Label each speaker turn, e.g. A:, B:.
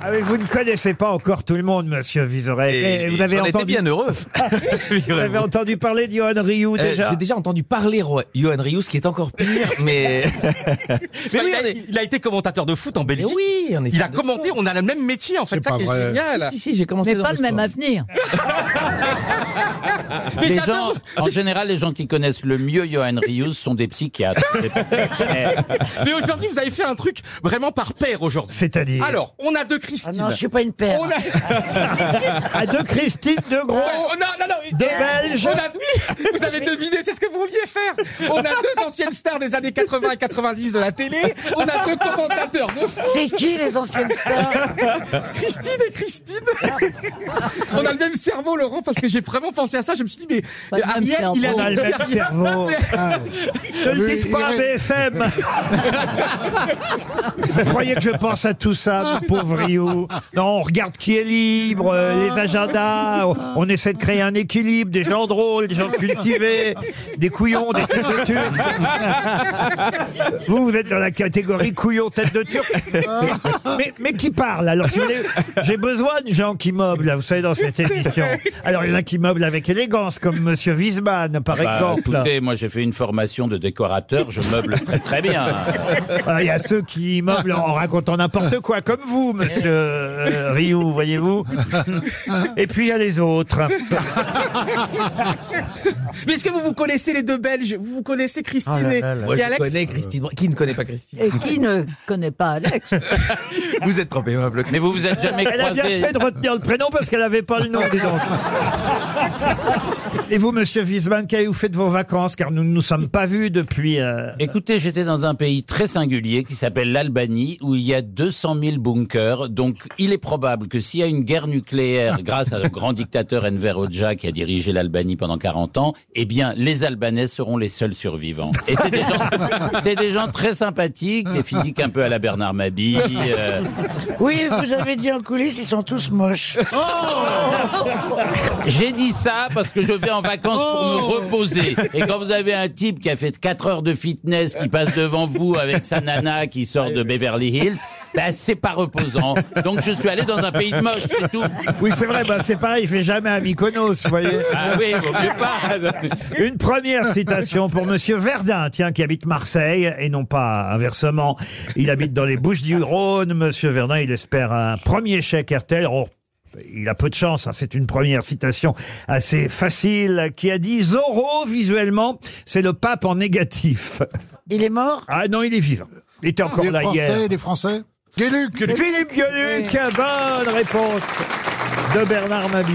A: Ah oui, vous ne connaissez pas encore tout le monde, monsieur Vizorek.
B: Et-
A: Mais
B: et
A: vous avez
B: j'en étais
A: entendu,
B: bien heureux.
A: vous avez entendu parler de Johan Rioux
B: Euh,
A: déjà
B: J'ai Ah, déjà entendu parler Ro- Johan Rius, qui est encore pire, mais.
C: Mais oui,
B: il,
C: on est- il a été commentateur de foot en
B: mais
C: Belgique.
B: oui, on est
C: Il a
B: fan de
C: commenté,
B: sport.
C: on a le même métier en fait, ça
D: pas
C: qui est
D: vrai.
C: génial.
B: Si, si, j'ai commencé
E: Mais
B: dans
E: pas le même
B: sport.
E: avenir.
C: Mais
F: Les gens,
C: j'adore.
F: en général, les gens qui connaissent le mieux Johan Rius sont des psychiatres.
A: Bah,
F: C'est pas-
C: Mais aujourd'hui, vous avez fait un truc vraiment par paire aujourd'hui.
A: C'est-à-dire
C: Alors, on a deux Christine.
G: Ah Non, je suis pas une paire.
C: on a,
A: À deux Christine Ah, de Gros.
B: Oh,
C: on a- non, non,
A: Deux
C: euh,
A: Belges.
C: on a- oui, vous avez deviné, c'est ce que vous vouliez faire. On a deux anciennes stars des années 80 et 90 de la télé. On a deux commentateurs de foot,
G: C'est qui les anciennes stars
C: Christine et Christine. On a le même cerveau, Laurent, parce que j'ai vraiment pensé à ça. Je me suis dit, mais
E: Pas le même
C: Ariel, il a
B: Oh,
A: On a le
E: cerveau.
A: même
C: dit-
A: cerveau.
B: Ah.
A: Ne le
D: Oui,
A: dites
D: il
A: pas à
D: ré-
A: BFM. Vous croyez que je pense à tout ça, mon pauvre Rio Non, on regarde qui est libre, euh, les agendas. on- On essaie de créer un équilibre, des gens drôles, des gens cultivés, des couillons, des têtes de turc. Vous, vous êtes dans la catégorie couillon, tête de turc. Mais, mais qui parle Alors, si vous voulez, j'ai besoin de gens qui meublent, là, vous savez, dans cette émission. Alors, il y en a qui meublent avec élégance, comme Monsieur Wiesmann, par
F: Bah,
A: exemple.
F: écoutez, moi j'ai fait une formation de décorateur, je meuble très très bien.
A: Voilà, Il y a ceux qui meublent en racontant n'importe quoi, comme vous, monsieur euh, Rioux, voyez-vous. Et puis il y a les autres.
C: Mais est-ce que vous vous connaissez les deux Belges Vous vous connaissez Christine et,
B: Moi,
C: et
B: je
C: Alex
B: connais Christine. Bra- Qui ne connaît pas Christine
E: Et qui ne connaît pas Alex
B: Vous êtes trop aimable.
F: Mais vous vous êtes jamais
A: Elle a bien
F: croisé.
A: fait de retenir le prénom parce qu'elle n'avait pas le nom, dis donc. Et vous, monsieur Wiesmann, qu'avez-vous fait de vos vacances Car nous ne nous sommes pas vus depuis. euh,
F: Écoutez, j'étais dans un pays très singulier qui s'appelle l'Albanie, où il y a 200 000 bunkers. Donc, il est probable que s'il y a une guerre nucléaire grâce à un grand dictateur Enver Hoxha qui a dirigé l'Albanie pendant 40 ans, eh bien, les Albanais seront les seuls survivants. Et c'est des gens, c'est des gens très sympathiques, des physiques un peu à la Bernard Mabie. euh,
G: Oui, vous avez dit en coulisses, ils sont tous moches.
F: J'ai dit ça parce que je vais en vacances pour me reposer. Et quand vous avez un type qui a fait 4 heures de fitness, qui passe devant vous avec sa nana qui sort de Beverly Hills, ben c'est pas reposant. Donc je suis allé dans un pays de moche, c'est tout.
A: Oui, c'est vrai, bah, c'est pareil, il fait jamais un Mykonos, vous voyez.
F: Ah oui, vaut mieux pas.
A: Une première citation pour Monsieur Verdun, tiens, qui habite Marseille, et non pas inversement. Il habite dans les Bouches du Rhône. Monsieur Verdun, il espère un premier chèque RTL. Oh, il a peu de chance, hein, c'est une première citation assez facile, qui a dit Zorro, visuellement, c'est le pape en négatif.
G: Il est mort
A: Ah non, il est vivant. Il était encore
D: Des
A: là hier.
D: Français, des Français. Guéluc
A: Philippe Gueluc, bonne réponse de Bernard Mabille.